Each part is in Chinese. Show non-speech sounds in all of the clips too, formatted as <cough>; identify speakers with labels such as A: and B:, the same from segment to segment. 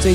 A: 最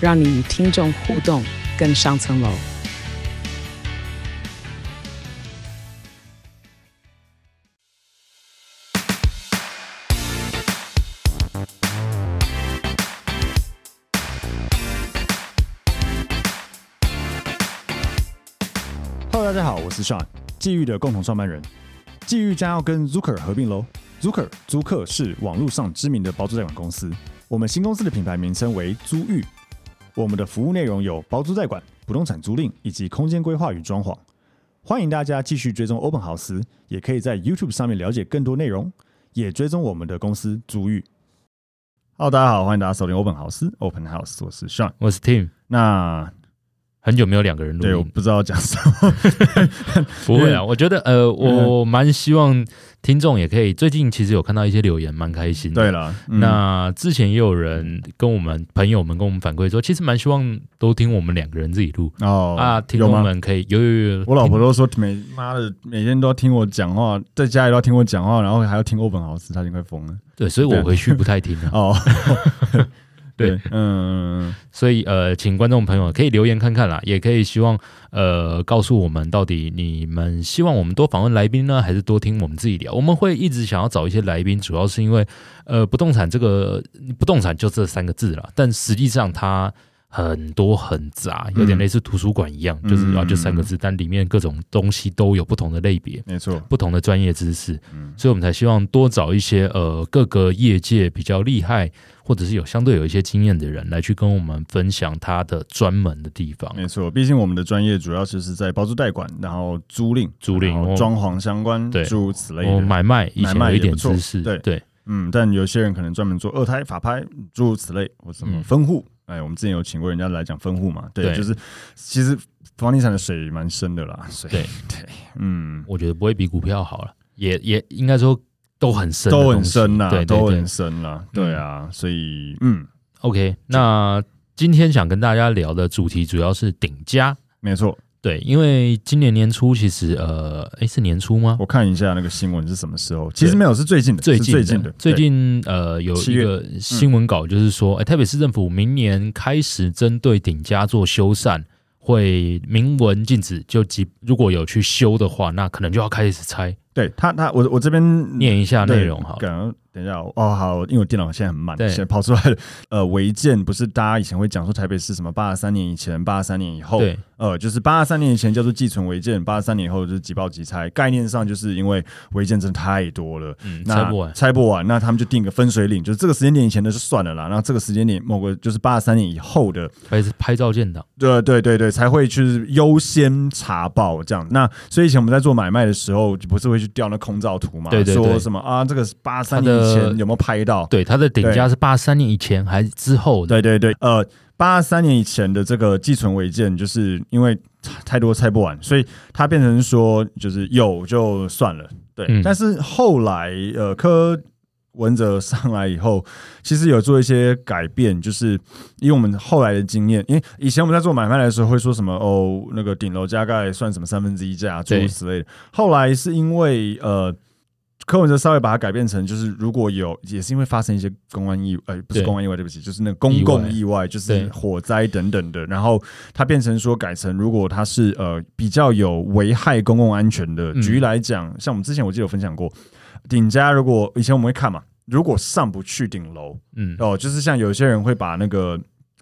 A: 让你与听众互动更上层楼。
B: Hello，大家好，我是 Sean，际遇的共同创办人。际遇将要跟 Zucker 合并喽。Zucker 租客是网络上知名的包租代管公司，我们新公司的品牌名称为租遇。我们的服务内容有包租代管、不动产租赁以及空间规划与装潢。欢迎大家继续追踪 Open House，也可以在 YouTube 上面了解更多内容，也追踪我们的公司租遇。Hello，大家好，欢迎大家收听 Open House，Open House，我是 Sean。
C: 我是 Tim，
B: 那
C: 很久没有两个人录
B: 对，我
C: 音，
B: 不知道讲什
C: <laughs>
B: 么。
C: 不会啊。我觉得呃，我
B: 嗯
C: 蛮希望听众也可以。最近其实有看到一些留言，蛮开心的。
B: 对了，嗯
C: 那之前也有人跟我们朋友们跟我们反馈说，其实蛮希望都听我们两个人自己录
B: 哦
C: 啊，听
B: 有
C: 众
B: 吗？
C: 们可以有有有，
B: 我老婆都说每妈的每天都要听我讲话，在家里都要听我讲话，然后还要听欧本豪斯，她已经快疯了。
C: 对，所以我回去不太听啊。 <laughs>
B: 哦，
C: 对，
B: 嗯，
C: 所以呃，请观众朋友可以留言看看啦，也可以希望呃告诉我们到底你们希望我们多访问来宾呢，还是多听我们自己聊？我们会一直想要找一些来宾，主要是因为呃不动产这个不动产就这三个字啦，但实际上它。很多很杂，有点类似图书馆一样，就是啊，就三个字，但里面各种东西都有不同的类别。
B: 没错，
C: 不同的专业知识，
B: 嗯
C: 所以我们才希望多找一些呃各个业界比较厉害，或者是有相对有一些经验的人来去跟我们分享他的专门的地方。
B: 没错。毕竟我们的专业主要就是在包租代管，然后租赁、
C: 租赁
B: 然后
C: 哦
B: 装潢相关，
C: 对
B: 诸如此类
C: 我
B: 的。
C: 买卖以前有一点知识，
B: 买卖也不错嗯，但有些人可能专门做二胎、法拍，诸如此类，或什么
C: 嗯
B: 分户。哎，我们之前有请过人家来讲分户嘛？对，
C: 对
B: 就是其实房地产的水蛮深的啦，所以
C: 对
B: 对，嗯，
C: 我觉得不会比股票好了，也也应该说都很深的东西，
B: 都很深呐、
C: 对对
B: 都
C: 对嗯
B: 很。深啦、对啊，所以嗯，
C: OK，那今天想跟大家聊的主题主要是顶家。
B: 没错，
C: 对，因为今年年初其实呃，诶，是年初吗？
B: 我看一下那个新闻是什么时候，其实没有，是最近的，
C: 最
B: 是
C: 近
B: 最近的，
C: 最
B: 对
C: 近呃有
B: 七
C: 一
B: 月嗯
C: 个新闻稿，就是说，哎、台北市政府明年开始针对顶家做修缮，会明文禁止，就即如果有去修的话，那可能就要开始拆。
B: 对他他我我这边
C: 念一下
B: 对
C: 内容哈，
B: 感觉等一下哦，好，因为我电脑现在很慢，
C: 对
B: 现在跑出来了。 <laughs> 呃，违建不是大家以前会讲说台北市什么八十三年以前、八十三年以后，
C: 对，
B: 呃，就是八十三年以前叫做寄存违建，八十三年以后就是即报即拆。概念上就是因为违建真的太多了，
C: 嗯，
B: 那
C: 拆不完。
B: 拆不完，那他们就定个分水岭，就是这个时间点以前的就算了啦，那这个时间点某个就是八十三年以后的，
C: 拍拍照建档，
B: 对对对对，才会去优先查报这样。那所以以前我们在做买卖的时候，就不是会去调那空照图嘛？
C: 对对对
B: 说什么啊，这个八三
C: 它
B: 年
C: 的
B: 以前有没有拍到？
C: 对，它的顶家是八三年以前还是之后的？
B: 对对对，呃，八三年以前的这个寄存违建，就是因为太太多拆不完，所以它变成说就是有就算了。对，
C: 嗯
B: 但是后来呃柯文哲上来以后，其实有做一些改变，就是因为我们后来的经验，因为以前我们在做买卖的时候会说什么哦，那个顶楼加盖算什么三分之一价，诸如
C: 对
B: 此类的。后来是因为呃。柯文哲稍微把它改变成，就是如果有，也是因为发生一些公安意，呃，不是
C: 对
B: 公安意外，对不起，就是那个公共
C: 意外
B: 意外，就是
C: 对
B: 火灾等等的。然后它变成说改成，如果它是呃比较有危害公共安全的，
C: 嗯
B: 举例来讲，像我们之前我记得有分享过，顶家如果以前我们会看嘛，如果上不去顶楼
C: 嗯，
B: 哦，就是像有些人会把那个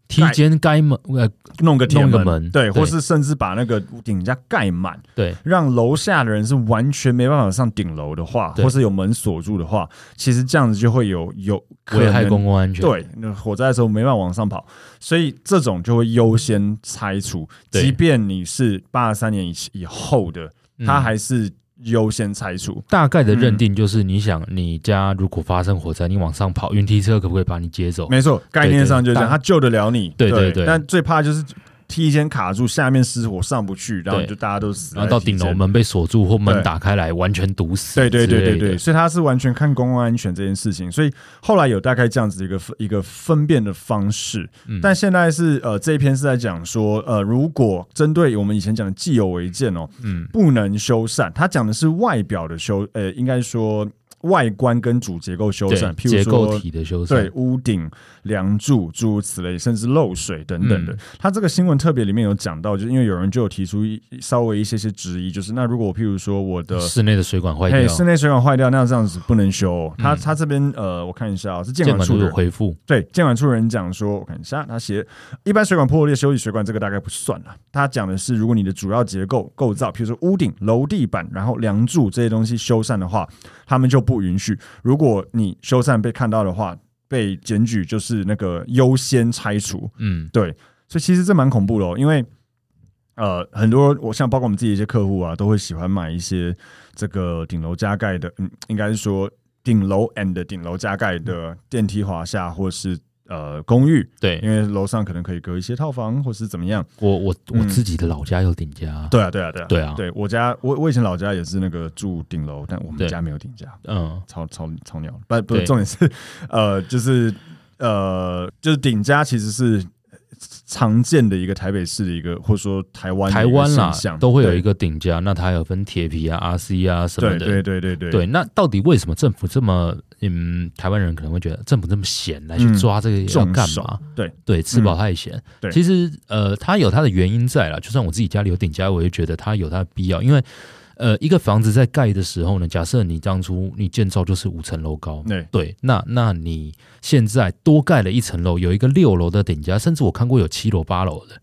C: 梯间该门呃，
B: 弄个铁
C: 弄
B: 门，
C: 个门
B: 对，
C: 对
B: 或是甚至把那个顶家盖满，
C: 对，
B: 让楼下的人是完全没办法上顶楼的话，
C: 对
B: 或是有门锁住的话，其实这样子就会有有可
C: 危害
B: 能
C: 公共安全。，
B: 对，那火灾的时候没办法往上跑，所以这种就会优先拆除。
C: 对
B: 即便你是八十三年以以后的，
C: 嗯
B: 它还是嗯优先拆除。
C: 大概的认定就是，你想你家如果发生火灾，你往上跑，云梯车可不可以把你接走？
B: 没错，概念上就是这样，
C: 哦对
B: 他救得了你。
C: 对对对
B: 但最怕就是梯间卡住，下面失火上不去，然后
C: 对
B: 就大家都死在
C: 然后到
B: 梯
C: 顶
B: 间
C: 楼。门被锁住或门
B: 对
C: 打开来，完全堵死。
B: 对对对对对，，所以他是完全看公共安全这件事情，所以后来有大概这样子一个分一个分辨的方式。
C: 嗯
B: 但现在是呃这一篇是在讲说，呃，如果针对我们以前讲的既有违建哦，
C: 嗯
B: 不能修缮，他讲的是外表的修，呃，应该说外观跟主结构修
C: 对
B: 缮，譬如
C: 结构
B: 说
C: 体的修缮，
B: 对屋顶、梁柱诸如此类，甚至漏水等等的。
C: 嗯
B: 他这个新闻特别里面有讲到，就是因为有人就有提出一稍微一些些质疑，就是那如果譬如说我的。
C: 室内的水管坏
B: 嘿，
C: 掉，
B: 室内水管坏掉，那这样子不能修哦、他他这边呃，我看一下、啊，是监
C: 监
B: 管
C: 管
B: 处
C: 处
B: 的
C: 有
B: 人
C: 回复，
B: 对监管处人讲说，我看一下，他写一般水管破裂修理水管这个大概不算了。他讲的是，如果你的主要结构构造，譬如说屋顶、楼地板，然后梁柱这些东西修缮的话，他们就不允许。如果你修缮被看到的话，被检举就是那个优先拆除。
C: 嗯，
B: 对，所以其实这蛮恐怖的哦，因为呃，很多我像包括我们自己的一些客户啊，都会喜欢买一些这个顶楼加盖的，嗯，应该是说顶楼 and 顶楼加盖的电梯滑下或是呃公寓，因
C: 对
B: 为楼上可能可以隔一些套房或是怎么样。
C: 我我我
B: 嗯
C: 自己的老家有顶家，
B: 对啊，对啊，对啊，
C: 对啊
B: 对我家我我以前老家也是那个住顶楼，但我们
C: 对
B: 家没有顶家。
C: 嗯，
B: 超超超鸟，不不，
C: 对
B: 重点是，呃，就是呃，就是顶家其实是常见的一个台北市的一个，或者说台湾的一
C: 台
B: 个
C: 湾啦
B: 现象
C: 都会有一个顶家，那它有分铁皮啊、RC 啊什么
B: 对
C: 的，
B: 对对对对
C: 对，那到底为什么政府这么嗯，台湾人可能会觉得政府这么闲来去
B: 嗯
C: 抓这个要
B: 重
C: 干
B: 手
C: 嘛？
B: 对
C: 对，吃饱太闲。
B: 对
C: 其实呃，它有它的原因在啦。就算我自己家里有顶家，我也觉得它有它的必要，因为呃，一个房子在盖的时候呢，假设你当初你建造就是五层楼高，
B: 对
C: 对，那那你现在多盖了一层楼，有一个六楼的顶家，甚至我看过有七楼、八楼的。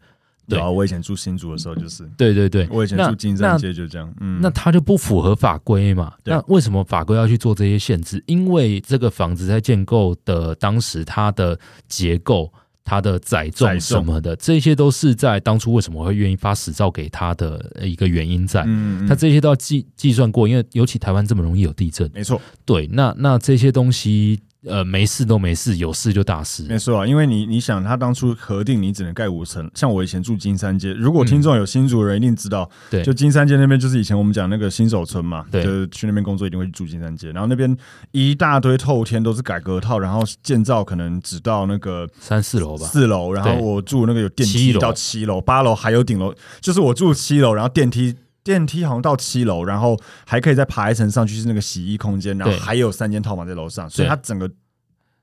C: 对
B: 然后啊我以前住新竹的时候就是，
C: 对对对，
B: 我以前
C: 那
B: 住金
C: 那
B: 山街就这样，嗯，
C: 那它就不符合法规嘛？
B: 对
C: 那为什么法规要去做这些限制？因为这个房子在建构的当时，它的结构、它的载
B: 载
C: 重
B: 重
C: 什么的，这些都是在当初为什么会愿意发实照给他的一个原因在。
B: 嗯，嗯
C: 他这些都要计计算过，因为尤其台湾这么容易有地震，
B: 没错
C: 对，那那这些东西，呃，没事都没事，有事就大事。
B: 没错啊，因为你你想，他当初核定你只能盖五层，像我以前住金山街，如果听众有新竹的人一定知道，
C: 对
B: 就金山街那边就是以前我们讲那个新手村嘛，
C: 对
B: 就是去那边工作一定会住金山街，然后那边一大堆透天都是改革套，然后建造可能只到那个
C: 三四楼吧，
B: 四楼，然后我住那个有电
C: 七
B: 梯
C: 楼
B: 到七楼，八楼还有顶楼，就是我住七楼，然后电梯。电梯好像到七楼，然后还可以再爬一层上去，是那个洗衣空间，然后
C: 对
B: 还有三间套房在楼上，所以
C: 对
B: 它整个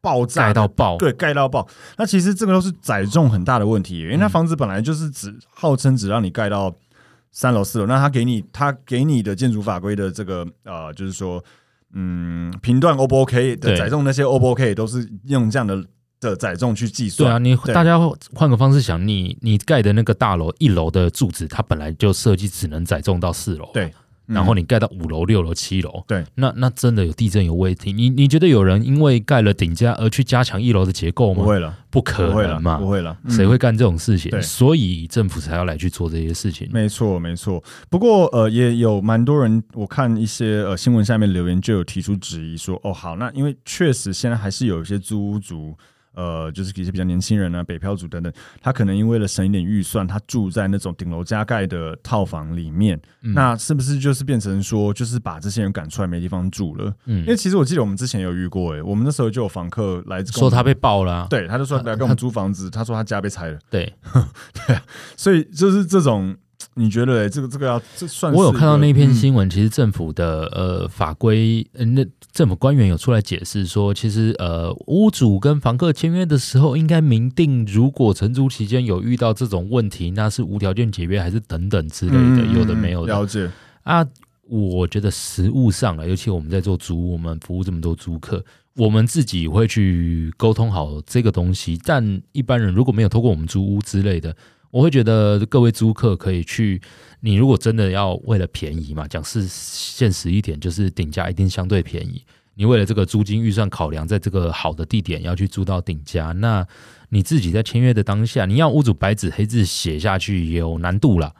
B: 爆炸
C: 盖
B: 的
C: 到爆。
B: 对，盖到爆。那其实这个都是载重很大的问题，因为那
C: 嗯
B: 房子本来就是只号称只让你盖到三楼、四楼，那他给你他给你的建筑法规的这个呃，就是说，嗯，频段 O 不 OK 的
C: 对
B: 载重那些 O 不 OK 都是用这样的的载重去计
C: 对啊，
B: 算。
C: 你
B: 对
C: 大家换个方式想，你你盖的那个大楼一楼的柱子，它本来就设计只能载重到四楼，
B: 对嗯
C: 然后你盖到五楼、六楼、七楼，
B: 对，
C: 那那真的有地震有问题。你你觉得有人因为盖了顶加而去加强一楼的结构
B: 不
C: 吗？
B: 会了，
C: 不
B: 不
C: 可
B: 会了
C: 能，嘛
B: 不，会了，嗯
C: 谁会干这种事情？
B: 对
C: 所以政府才要来去做这些事情。
B: 没错，没错。不过呃，也有蛮多人，我看一些呃新闻下面留言就有提出质疑说，哦，好，那因为确实现在还是有一些租屋族。呃，就是一些比较年轻人啊，北漂族等等，他可能因为了省一点预算，他住在那种顶楼加盖的套房里面，
C: 嗯
B: 那是不是就是变成说，就是把这些人赶出来没地方住了？
C: 嗯
B: 因为其实我记得我们之前有遇过、欸，我们那时候就有房客来跟我
C: 说
B: 们
C: 他被爆了啊、
B: 对，他就说来跟我们租房子，他说他家被拆了，
C: 对，
B: 所以就是这种，你觉得、欸、这个这个要这算是
C: 我有看到那篇
B: 一个嗯
C: 新闻，其实政府的呃法规，呃那政府官员有出来解释说，其实呃屋主跟房客签约的时候，应该明定如果承租期间有遇到这种问题，那是无条件解约还是等等之
B: 嗯
C: 类的，有的没有的
B: 了解，
C: 啊。我觉得实物上啊了，尤其我们在做租屋，我们服务这么多租客，我们自己会去沟通好这个东西。但一般人如果没有透过我们租屋之类的，我会觉得各位租客可以去，你如果真的要为了便宜嘛，讲是现实一点，就是顶价一定相对便宜。你为了这个租金预算考量，在这个好的地点要去租到顶价，那你自己在签约的当下，你要屋主白纸黑字写下去也有难度啦。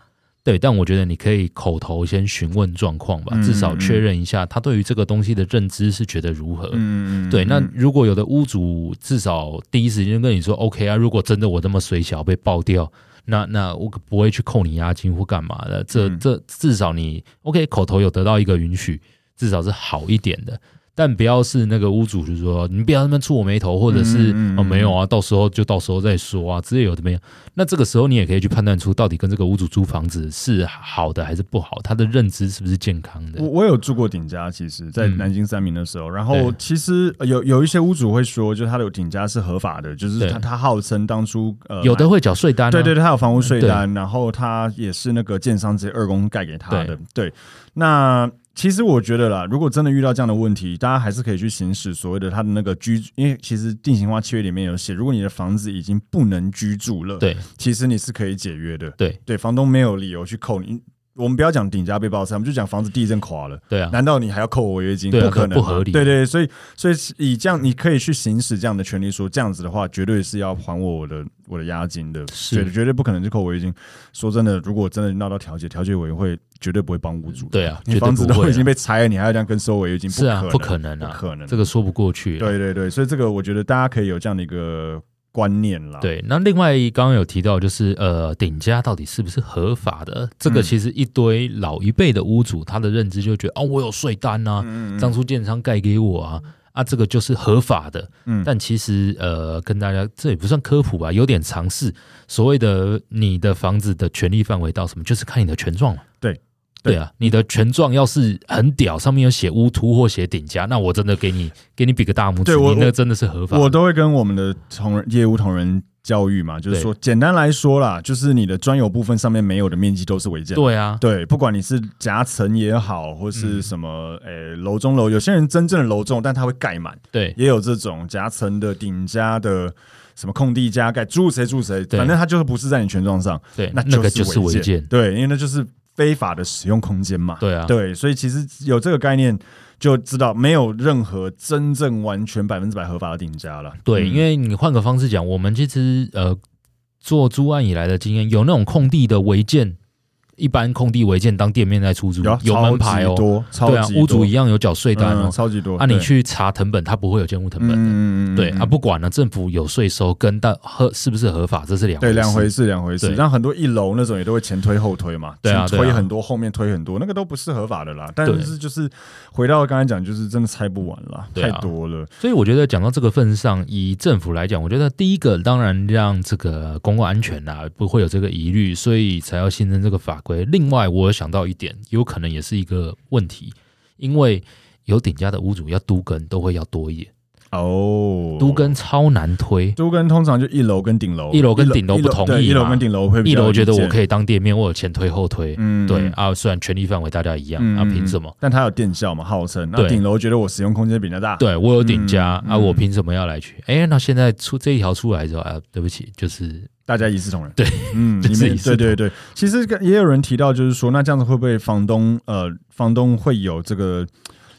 C: 对，但我觉得你可以口头先询问状况吧，
B: 嗯
C: 至少
B: 嗯
C: 确认一下他对于这个东西的认知是觉得如何。
B: 嗯
C: 对，那如果有的屋主至少第一时间跟你说 OK 啊，如果真的我这么水小被爆掉，那那我不会去扣你押金或干嘛的，这
B: 嗯
C: 这至少你 OK 口头有得到一个允许，至少是好一点的。但不要是那个屋主就说你不要那么触我眉头，或者是、
B: 嗯嗯嗯
C: 哦没有啊，到时候就到时候再说啊之类有的没有。那这个时候你也可以去判断出到底跟这个屋主租房子是好的还是不好，他的认知是不是健康的
B: 我。我有住过顶家，其实，在
C: 嗯
B: 南京三明的时候，然后
C: 对
B: 其实呃有有一些屋主会说，就是他的顶家是合法的，就是
C: 对
B: 他他号称当初呃
C: 有的
B: 买
C: 会缴税单、啊，
B: 对对对，他有房屋税
C: 对
B: 单，然后他也是那个建商直接二公盖给他的
C: 对，
B: 对，那。其实我觉得啦，如果真的遇到这样的问题，大家还是可以去行使所谓的他的那个居，因为其实定型化契约里面有写，如果你的房子已经不能居住了，
C: 对
B: 其实你是可以解约的。
C: 对
B: 对，房东没有理由去扣你。我们不要讲顶家被爆拆，我们就讲房子地震垮了。
C: 对啊，
B: 难道你还要扣我违约金？
C: 对啊
B: 不可能嘛，
C: 不合理
B: 对对，所以所以以这样，你可以去行使这样的权利说这样子的话，绝对是要还我我的我的押金的，
C: 是
B: 绝对绝对不可能去扣违约金。说真的，如果真的闹到调解，调解委员会绝对不会帮屋主的。
C: 对啊，
B: 你
C: 绝对
B: 房子
C: 不
B: 都
C: 会
B: 已经
C: 啊
B: 被拆了，你还要这样跟收违约金？
C: 是啊，
B: 不
C: 不可能
B: 不
C: 啊，
B: 可能。
C: 这个说不过去啊。
B: 对对对，所以这个我觉得大家可以有这样的一个观念啦。
C: 对，那另外刚刚有提到，就是呃，顶家到底是不是合法的？这个
B: 嗯
C: 其实一堆老一辈的屋主，他的认知就觉得，哦，我有税单啊，
B: 嗯，嗯嗯
C: 当初建商盖给我啊，啊，这个就是合法的。
B: 嗯
C: 但其实呃，跟大家这也不算科普吧，有点尝试。所谓的你的房子的权利范围到什么，就是看你的权状嘛。
B: 对。
C: 对啊，你的权状要是很屌，上面有写乌秃或写顶家，那我真的给你给你比个大拇指，
B: 对我
C: 你那个真的是合法的。
B: 我都会跟我们的同仁业务同仁教育嘛，就是说，简单来说啦，就是你的专有部分上面没有的面积都是违建。
C: 对嗯啊，
B: 对，不管你是夹层也好，或是什么，诶、楼中楼，有些人真正的楼中，但他会盖满，
C: 对
B: 也有这种夹层的、顶加的、什么空地加盖，住谁住谁，
C: 对
B: 反正他就是不是在你权状上，
C: 对，
B: 那
C: 个就是
B: 违
C: 违建。
B: 对，因为那就是非法的使用空间嘛。
C: 对啊，
B: 对，所以其实有这个概念，就知道没有任何真正完全百分之百合法的顶加了。
C: 对，
B: 嗯
C: 因为你换个方式讲，我们其实呃做租案以来的经验，有那种空地的违建，一般空地违建当店面在出租，
B: 有
C: 有门
B: 超
C: 牌
B: 级
C: 哦，
B: 多，超级
C: 对啊，屋主一
B: 样
C: 样有缴税单哦。
B: 超级多。
C: 啊，你
B: 对
C: 去查成本，它不会有建物成本的。
B: 嗯
C: 对啊，不管了，政府有税收跟但合是不是合法，这是两
B: 对两回
C: 事。
B: 事，两回事。
C: 对
B: 像很多一楼那种也都会前推后推嘛，
C: 对啊
B: 前
C: 对
B: 推
C: 啊
B: 很多，后面推很多，那个都不是合法的啦。但
C: 对
B: 是就是回到刚才讲，就是真的拆不完啦，
C: 对
B: 太
C: 啊
B: 多了。
C: 所以我觉得讲到这个份上，以政府来讲，我觉得第一个当然让这个公共安全啊不会有这个疑虑，所以才要新增这个法规。另外，我有想到一点，有可能也是一个问题，因为有顶家的屋主要都跟都会要多一点，
B: 哦，
C: 都跟超难推。
B: 都跟通常就一楼跟顶楼，
C: 一楼跟顶楼
B: 一
C: 不同意
B: 对一楼
C: 嘛
B: 跟顶楼会比
C: 一
B: 较有
C: 楼觉得我
B: 意见
C: 可以当店面，我有前推后推，
B: 嗯
C: 对啊，虽然权利范围大家一样，啊，凭什么？？
B: 但它有电效嘛，号称那
C: 对
B: 顶楼觉得我使用空间比较大，
C: 对我有顶家、
B: 嗯
C: 啊，
B: 嗯
C: 我凭什么要来去？哎、那现在出这一条出来之后，啊，对不起，就是
B: 大家一视同仁。
C: 对， <laughs>
B: 嗯，
C: 就
B: 你
C: 是
B: 们
C: 一
B: 对
C: 视
B: 对对。其实跟也有人提到，就是说，那这样子会不会房东呃，房东会有这个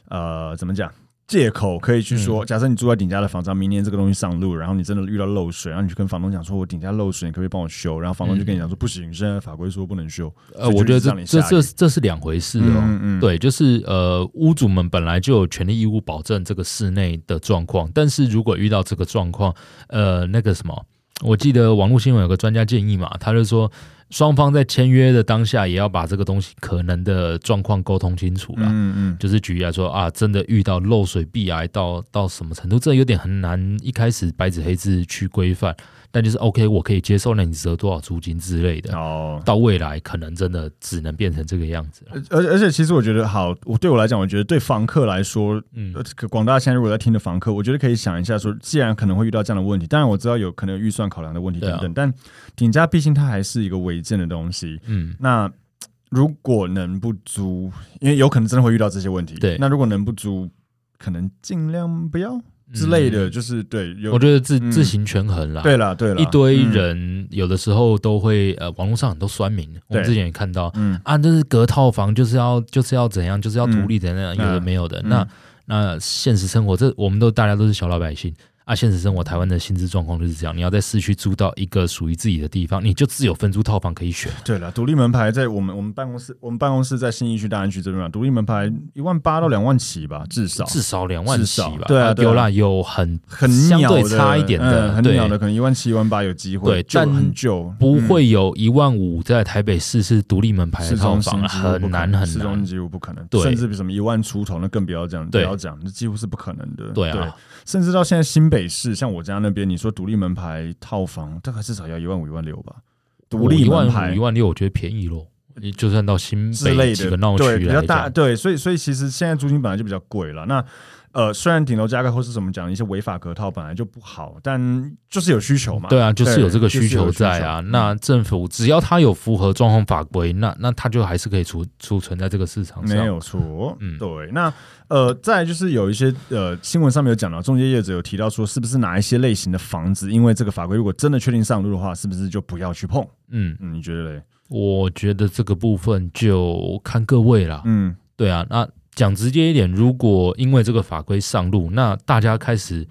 B: 呃，怎么讲？借口可以去
C: 嗯
B: 说，假设你住在顶家的房子，明年这个东西上路，然后你真的遇到漏水，然后你去跟房东讲说，我顶家漏水，你可不可以帮我修？然后房东就跟你讲说，不行，现在法规说不能修。
C: 呃，我觉
B: 所以就一
C: 得
B: 直让
C: 这
B: 你
C: 这
B: 下雨
C: 这这是两回事哦。
B: 嗯嗯
C: 对，就是呃，屋主们本来就有权利义务保证这个室内的状况，但是如果遇到这个状况，呃，那个什么，我记得网络新闻有个专家建议嘛，他就说双方在签约的当下也要把这个东西可能的状况沟通清楚啦。
B: 嗯嗯，
C: 就是举例来说啊，真的遇到漏水壁癌到到什么程度，这有点很难一开始白纸黑字去规范，但就是 OK，我可以接受，那你折多少租金之类的。
B: 哦。
C: 到未来可能真的只能变成这个样子了。
B: 而而且，其实我觉得，好，我对我来讲，我觉得对房客来说，
C: 嗯
B: 呃，这个广大现在如果在听的房客，我觉得可以想一下说，既然可能会遇到这样的问题，当然我知道有可能有预算考量的问题
C: 对
B: 等
C: 啊
B: 等，但顶价毕竟它还是一个违建的东西。
C: 嗯，
B: 那嘖如果能不租，因为有可能真的会遇到这些问题。
C: 对
B: 那如果能不租，可能尽量不要之类的，就是对，有
C: 嗯我觉得自
B: 嗯
C: 自行权衡啦。
B: 对啦，对啦，
C: 一堆
B: 嗯，
C: 人有的时候都会呃，网络上很多酸民，我们
B: 对
C: 之前也看到
B: 嗯
C: 啊，就是隔套房就是要就是要怎样，就是要
B: 嗯
C: 图利怎样，有的
B: 嗯
C: 没有的。
B: 嗯
C: 那那现实生活，这我们都大家都是小老百姓啊，啊，现实生活台湾的薪资状况就是这样，你要在市区租到一个属于自己的地方，你就自有分租套房可以选。
B: 对了，独立门牌在我们我们办公室，我们办公室在信义区大安区这边嘛，独立门牌一万八到两万起吧，至少
C: 至少两万
B: 至
C: 起
B: 少
C: 吧，
B: 对啊对啊
C: 有啦，有很
B: 很
C: 相
B: 鸟
C: 对
B: 的
C: 差一点的，
B: 嗯很
C: 对
B: 鸟的，可能一万七、一万八有机会，
C: 对
B: 就
C: 但
B: 很旧，
C: 不
B: 嗯
C: 会有一万五在台北市是独立门牌
B: 市
C: 的套
B: 中
C: 房
B: 心
C: 啊，
B: 几乎不可
C: 很难
B: 能
C: 很
B: 市中心
C: 难。
B: 几乎不可能，
C: 对
B: 甚至比什么一万出头那更不要讲，不
C: 对
B: 要讲，这几乎是不可能的。
C: 对啊，
B: 甚至到现在新北市，像我家那边，你说独立门牌套房，大概至少要一万五、一万六吧，独立
C: 一万
B: 门
C: 五、
B: 牌
C: 一万六，我觉得便宜咯。就算到新
B: 之
C: 北
B: 类
C: 几
B: 的
C: 个闹区
B: 对，比较
C: 来
B: 大，
C: 讲，
B: 对，所以所以其实现在租金本来就比较贵了。那呃，虽然顶楼加盖或是怎么讲，一些违法隔套本来就不好，但就是有需求嘛。
C: 对啊，就是有这个
B: 就是
C: 需
B: 有
C: 求
B: 需求嗯
C: 在啊。那政府只要它有符合状况法规，那那它就还是可以储储存在这个市场上。
B: 没有错，
C: 嗯
B: 对。那呃，再来就是有一些呃新闻上面有讲到，中介业者有提到说，是不是哪一些类型的房子，因为这个法规如果真的确定上路的话，是不是就不要去碰？
C: 嗯，
B: 嗯，你觉得嘞？
C: 我觉得这个部分就看各位啦。
B: 嗯，
C: 对啊，那讲直接一点，如果因为这个法规上路，那大家开始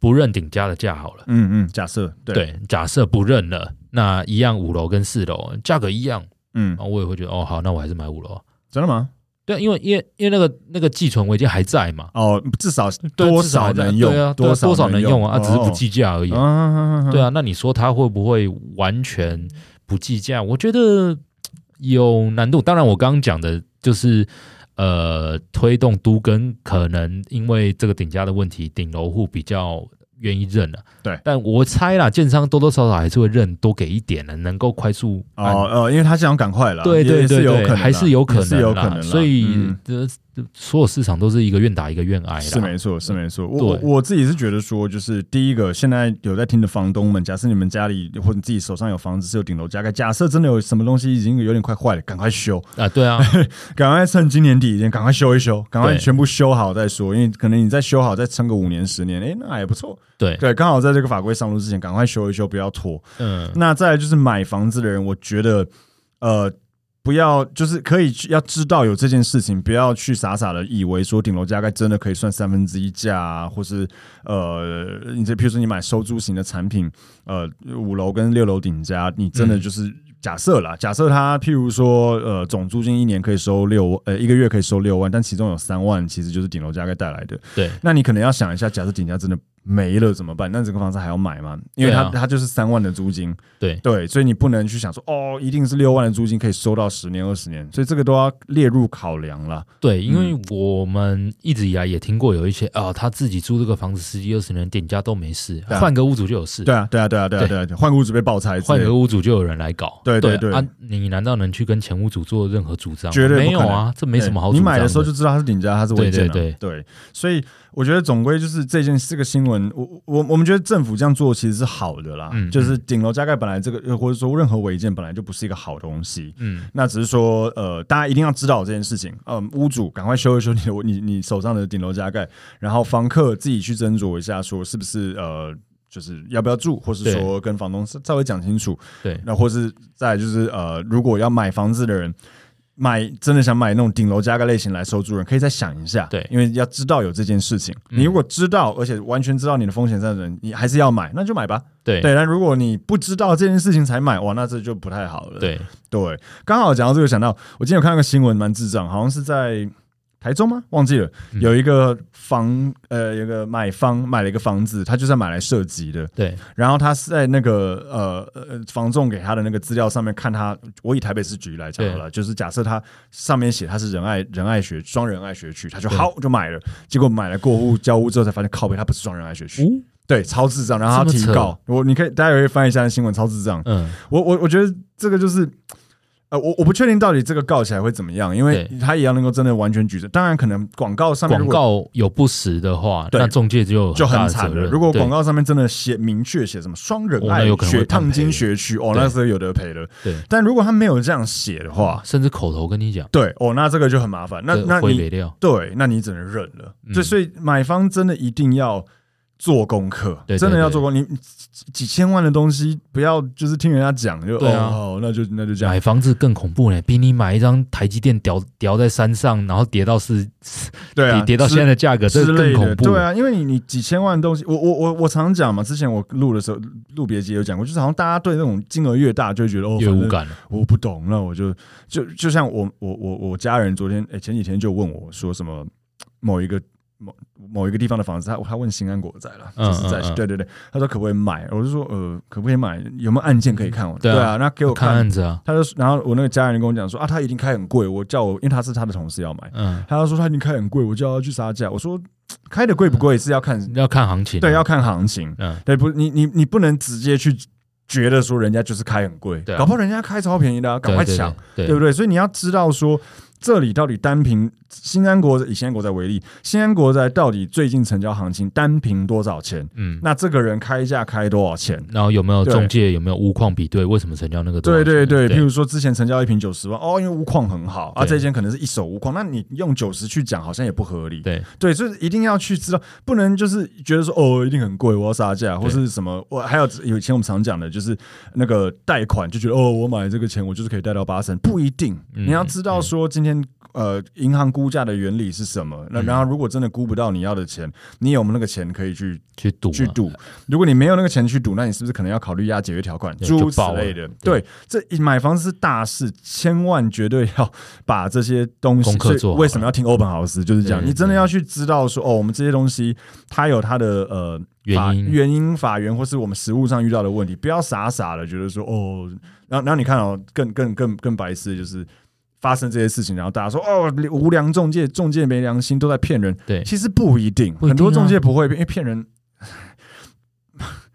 C: 不认顶加的价好了。
B: 嗯嗯，假设对，
C: 对，假设不认了，那一样五楼跟四楼价格一样，
B: 嗯
C: 然，后我也会觉得哦，好，那我还是买五楼啊。
B: 真的吗？
C: 对啊，因为因为因为那个那个寄存违建还在嘛，
B: 哦，至少
C: 对
B: 多
C: 至少
B: 少
C: 还在
B: 能用，
C: 对啊，对啊
B: 少
C: 少
B: 能哦
C: 能用啊，啊只是不
B: 记。
C: 计价而已啊。
B: 啊
C: 对啊，那你说他会不会完全不计价？我觉得有难度。当然，我刚刚讲的就是呃，推动都跟可能因为这个顶价的问题，顶楼户比较愿意认了、
B: 对
C: 但我猜啦，建商多多少少还是会认多给一点的，能够快速按
B: 哦哦，因为他想赶快了，
C: 对对
B: 也
C: 对
B: 是有可
C: 对，
B: 能啦，
C: 还是有可
B: 也是
C: 能
B: 有
C: 啦
B: 可能啦，
C: 所以
B: 嗯
C: 这这所有市场都是一个愿打一个愿挨啦。
B: 是没错，是没错。我我
C: 对
B: 我自己是觉得说，就是第一个，现在有在听的房东们，假设你们家里或者你自己手上有房子是有顶楼加盖，假设真的有什么东西已经有点快坏了，赶快修，
C: 啊，对啊，
B: 赶快趁今年底一点，赶快修一修，赶快
C: 对
B: 全部修好再说，因为可能你再修好再撑个五年十年，哎，那还不错。 <laughs>
C: 对，
B: 对，刚好在这个法规上路之前，赶快修一修，不要拖。
C: 嗯，
B: 那再来就是买房子的人，我觉得，呃，不要就是可以去要知道有这件事情，不要去傻傻的以为说顶楼加盖真的可以算三分之一价、啊，或是呃，你这譬如说你买收租型的产品，呃，五楼跟六楼顶加，你真的
C: 嗯
B: 就是。假设啦，假设他譬如说，呃，总租金一年可以收六，呃，一个月可以收六万，但其中有三万其实就是顶楼加盖带来的。
C: 对，
B: 那你可能要想一下，假设顶价真的没了怎么办？那整个房子还要买吗？因为它、
C: 对啊
B: 它就是三万的租金，
C: 对
B: 对，所以你不能去想说哦，一定是六万的租金可以收到十年二十年，所以这个都要列入考量了。
C: 对，因
B: 嗯
C: 为我们一直以来也听过有一些啊、他自己租这个房子十几二十年，顶价都没事，
B: 对啊
C: 换个屋主就有事，
B: 对啊，对啊，对啊，对啊，
C: 对
B: 对啊，换个屋子被爆拆之
C: 换
B: 类的，
C: 个屋主就有人来搞，
B: 对对对
C: 啊，你难道能去跟前屋主做任何主张吗？
B: 绝对不
C: 没有
B: 可能
C: 啊，这没什么好主
B: 对
C: 张
B: 你买的时候就知道它是顶价，它是违建、啊。
C: 对对
B: 所以我觉得总归就是这件这个新闻，我我我们觉得政府这样做其实是好的啦，
C: 嗯
B: 就是顶楼加盖本来这个，或者说任何违建本来就不是一个好东西，
C: 嗯，
B: 那只是说，呃，大家一定要知道这件事情。嗯，屋主赶快修一修你的你你手上的顶楼加盖，然后房客自己去斟酌一下，说是不是呃，就是要不要住，或是
C: 对
B: 说跟房东稍微讲清楚。
C: 对
B: 那或是再来就是呃，如果要买房子的人。买真的想买那种顶楼加盖类型来收租人，可以再想一下，
C: 对
B: 因为要知道有这件事情。你如果知道，而且完全知道你的风险在哪里，你还是要买，那就买吧。
C: 对
B: 对，但如果你不知道这件事情才买，哇，那这就不太好了。
C: 对
B: 对，刚好讲到这个，想到我今天有看到个新闻，蛮智障，好像是在台中吗？忘记了，
C: 嗯
B: 有一个房，呃，有一个买方买了一个房子，他就是买来射击的，
C: 对哦
B: 然后他是在那个呃呃房仲给他的那个资料上面看他，我以台北市举例来讲好了，就是假设他上面写他是仁爱仁爱学双仁爱学区，他就
C: 对
B: 好就买了，结果买了过户交屋之后才发现靠背他不是双仁爱学区，
C: 哦
B: 对，超智障，然后他
C: 这么
B: 提
C: 扯
B: 告，我你可以大家可以翻一下那新闻，超智障，
C: 嗯，
B: 我我我觉得这个就是，呃，我我不确定到底这个告起来会怎么样，因为
C: 对
B: 他也要能够真的完全举证。当然，可能广告上面
C: 广
B: 如果
C: 告有不实的话，
B: 对
C: 那中介就有
B: 就
C: 大
B: 很
C: 的
B: 惨
C: 责
B: 了。
C: 任。
B: 如果
C: 对
B: 广告上面真的写明确写什么双人
C: 哦那
B: 爱
C: 有可能会
B: 学
C: 判
B: 烫金
C: 赔
B: 学区，哦，那
C: 对
B: 时候有的赔了。
C: 对，
B: 但如果他没有这样写的话，
C: 甚至口头跟你讲，
B: 对，哦，那这个就很麻烦。那那
C: 回
B: 你
C: 北料，
B: 对，那你只能忍了。
C: 嗯
B: 就所以买方真的一定要做功课，
C: 对对
B: 真的要
C: 对
B: 做功。你你几几千万的东西，不要就是听人家讲就
C: 对啊
B: 哦，那就那就这样
C: 买。房子更恐怖呢，比你买一张台积电屌屌在山上，然后跌到是
B: 对啊，
C: 跌跌到现在的价格，
B: 之
C: 这
B: 之
C: 个
B: 类
C: 更
B: 的，
C: 恐怖。
B: 对啊，因为你你几千万的东西，我我我我常讲嘛，之前我录的时候，录别集有讲过，就是好像大家对那种金额越大，就会觉得哦，
C: 越
B: 反
C: 无
B: 正
C: 感啊了。
B: 我不懂，那我就就就像我我我我家人昨天哎、前几天就问我说什么某一个某某一个地方的房子，他他问新安国宅了，
C: 嗯
B: 就是在、
C: 嗯嗯
B: 对对对，他说可不可以买，我就说呃可不可以买，有没有案件可以看？
C: 对啊
B: 那给我
C: 看
B: 看，
C: 案子啊，
B: 他就然后我那个家人就跟我讲说啊他已经开很贵，我叫我因为他是他的同事要买，
C: 嗯，
B: 他就说他已经开很贵，我叫他去杀价，我说嘖开的贵不贵是要看、
C: 要看行情啊。
B: 对要看行情，
C: 嗯，
B: 对，不，你你你不能直接去觉得说人家就是开很贵，
C: 对啊
B: 搞不好人家开超便宜的、啊，赶快抢，对
C: 对，对
B: 不
C: 对
B: 对？所以你要知道说，这里到底单凭新安国以新安国债为例，新安国债到底最近成交行情单凭多少钱？
C: 嗯。
B: 那这个人开价开多少钱？
C: 然后有没有
B: 对
C: 中介？有没有屋况比对？为什么成交那个多少
B: 对对
C: 钱？
B: 对，譬
C: 对
B: 如说之前成交一瓶九十万，哦，因为屋况很好啊，
C: 对
B: 这间可能是一手屋况，那你用九十去讲好像也不合理。
C: 对
B: 对，所以一定要去知道，不能就是觉得说哦，一定很贵，我要杀价或是什么。我还有有以前我们常讲的，就是那个贷款，就觉得哦，我买这个钱，我就是可以贷到八成，不一定。
C: 嗯
B: 你要知道说今天。呃，银行估价的原理是什么？
C: 嗯
B: 那然后，如果真的估不到你要的钱，你有没有那个钱可以去
C: 去赌嘛啊
B: 去赌？如果你没有那个钱去赌，那你是不是可能要考虑押解约条款，
C: 对
B: 诸如
C: 就
B: 此
C: 爆了
B: 类的？
C: 对
B: 对，这一买房子是大事，千万绝对要把这些东西
C: 功课
B: 所以
C: 做好
B: 为什么要听欧本豪斯？就是这样，
C: 对
B: 你真的
C: 对
B: 要去知道说，哦，我们这些东西它有它的呃
C: 原
B: 法
C: 因
B: 原因、法源，或是我们实物上遇到的问题，不要傻傻的觉得说哦，然后然后你看哦，更更更更白痴的就是。发生这些事情，然后大家说哦，无良中介、中介没良心，都在骗人。
C: 对
B: 其实不一定，
C: 不一定啊
B: 很多中介不会骗，因为骗人，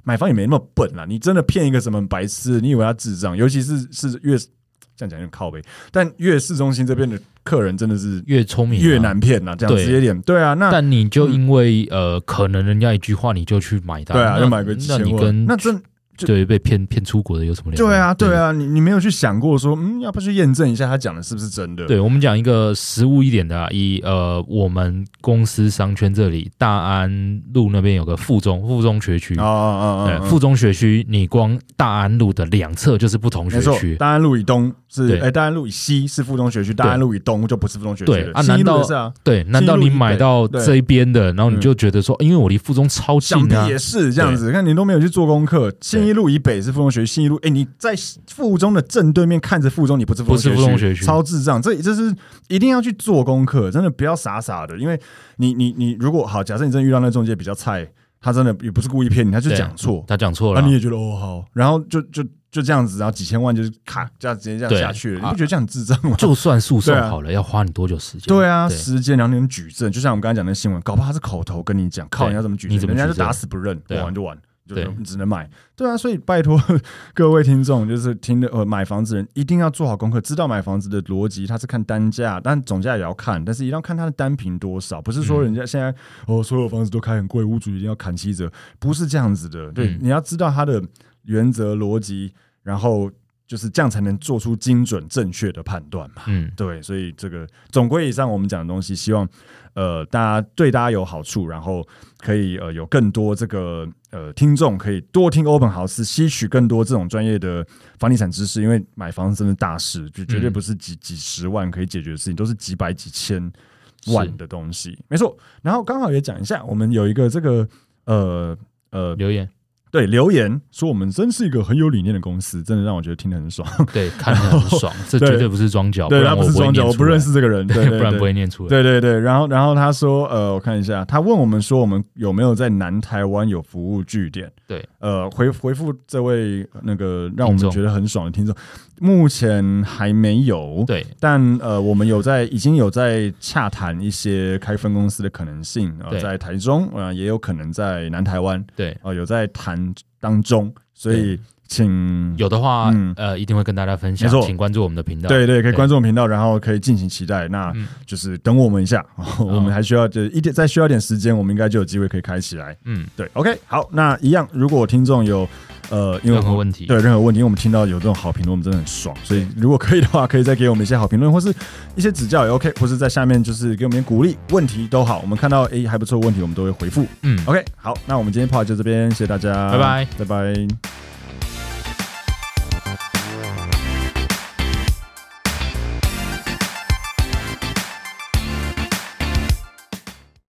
B: 买方也没那么笨啦。你真的骗一个什么白痴，你以为他智障？尤其是是越这样讲有点靠背，但越市中心这边的客人真的是
C: 越聪明啊
B: <laughs> 越难骗啦。这样
C: 对
B: 直接点，对啊，那
C: 但你就因为、呃，可能人家一句话你就去买它，
B: 对啊，
C: 那
B: 要买个几
C: 那
B: 千
C: 你
B: 万，
C: 跟
B: 那真就
C: 对被骗骗出国的有什么两样？
B: 对啊，对啊，你你没有去想过说，嗯，要不要去验证一下他讲的是不是真的？
C: 对，我们讲一个实物一点的、啊，以呃我们公司商圈这里大安路那边有个附中附中学区，
B: 啊啊啊
C: 对，
B: 啊！
C: 附中学区你光大安路的两侧就是不同
B: 没
C: 学
B: 错，
C: 区。
B: 大安路以东是
C: 对
B: 哎，大安路以西是附中学区，大安路以东就不是附中学区
C: 对
B: 了。
C: 啊
B: 新一路
C: 难道
B: 也是啊，
C: 对，难道
B: 新一
C: 你
B: 路以
C: 买
B: 北
C: 到
B: 对
C: 这一边的，然后你
B: 嗯
C: 就觉得说，因为我离附中超
B: 想
C: 近
B: 必
C: 啊，
B: 也是这样子。看你都没有去做功课，新一路以北是附中学区，新一路哎，你在附中的正对面看着附中，你不是
C: 不是附中学区
B: 超智障。这这是一定要去做功课，真的不要傻傻的，因为你你你如果好，假设你真的遇到那中介比较菜，他真的也不是故意骗你，他就
C: 对
B: 讲错，
C: 他讲错
B: 那、
C: 了啊，
B: 你也觉得哦好，然后就就就这样子，然后几千万就是咔这样直接这样
C: 对
B: 下去了，你
C: 啊
B: 不觉得这样很智障吗？
C: 就算诉讼
B: 对啊
C: 好了，要花你多久时间？
B: 对啊，
C: 对
B: 时间然后你举证，就像我们刚才讲的新闻，搞不好他是口头跟你讲，靠人家怎么举
C: 你怎
B: 证，
C: 么
B: 人家
C: 举证
B: 就打死不认，
C: 对啊
B: 玩就玩。就
C: 对
B: 你只能买，对啊，所以拜托 <laughs> 各位听众，就是听的呃买房子人一定要做好功课，知道买房子的逻辑，他是看单价，但总价也要看，但是一定要看它的单品多少，不是说
C: 嗯
B: 人家现在、哦所有房子都开很贵，屋主一定要砍七折，不是这样子的。对，
C: 嗯
B: 你要知道它的原则逻辑，然后就是这样才能做出精准正确的判断嘛。
C: 嗯，
B: 对，所以这个总归以上我们讲的东西，希望呃大家对大家有好处，然后可以呃有更多这个呃听众可以多听欧本豪斯，吸取更多这种专业的房地产知识，因为买房子真的大事，就绝对
C: 嗯
B: 不是几几十万可以解决的事情，都是几百几千万
C: 是
B: 的东西，没错。然后刚好也讲一下，我们有一个这个呃呃 <laughs>
C: 留言
B: 对留言说我们真是一个很有理念的公司，真的让我觉得听得很爽。
C: 对，看着很爽，这
B: 对
C: 绝对不是装脚，
B: 对，
C: 然
B: 他不
C: 我
B: 是
C: 会
B: 装脚，
C: 念
B: 我不
C: 出来
B: 认，识这个人，对，对
C: <laughs> 不然
B: 对
C: 不会念出来。
B: 对对对，然后然后他说，呃，我看一下，他问我们说，我们有没有在南台湾有服务据点？
C: 对，
B: 呃，回回复这位呃那个让我
C: 听
B: 们
C: 众
B: 觉得很爽的听众，目前还没有。
C: 对
B: 但呃，我们有在已经有在洽谈一些开分公司的可能性，呃，
C: 对
B: 在台中，呃，也有可能在南台湾，
C: 对，
B: 呃，有在谈当中，所以请
C: 有的话
B: 嗯，
C: 呃，一定会跟大家分享
B: 没，错
C: 请关注我们的频道。
B: 对对，可以
C: 对
B: 关注我们频道，然后可以进行期待。那
C: 嗯
B: 就是等我们一下， <laughs> 我们还需要就一点再需要点时间，我们应该就有机会可以开起来。
C: 嗯，
B: 对，OK，好，那一样，如果听众有呃，因为
C: 任
B: 我
C: 何问题。
B: 对任何问题，因为我们听到有这种好评论，我们真的很爽。所以如果可以的话，可以再给我们一些好评论，或是一些指教也 OK，或是在下面就是给我们一些鼓励，问题都好，我们看到哎诶还不错的问题，我们都会回复。
C: 嗯，
B: OK，好，那我们今天 p o 就这边，谢谢大家，
C: 拜拜，
B: 拜拜。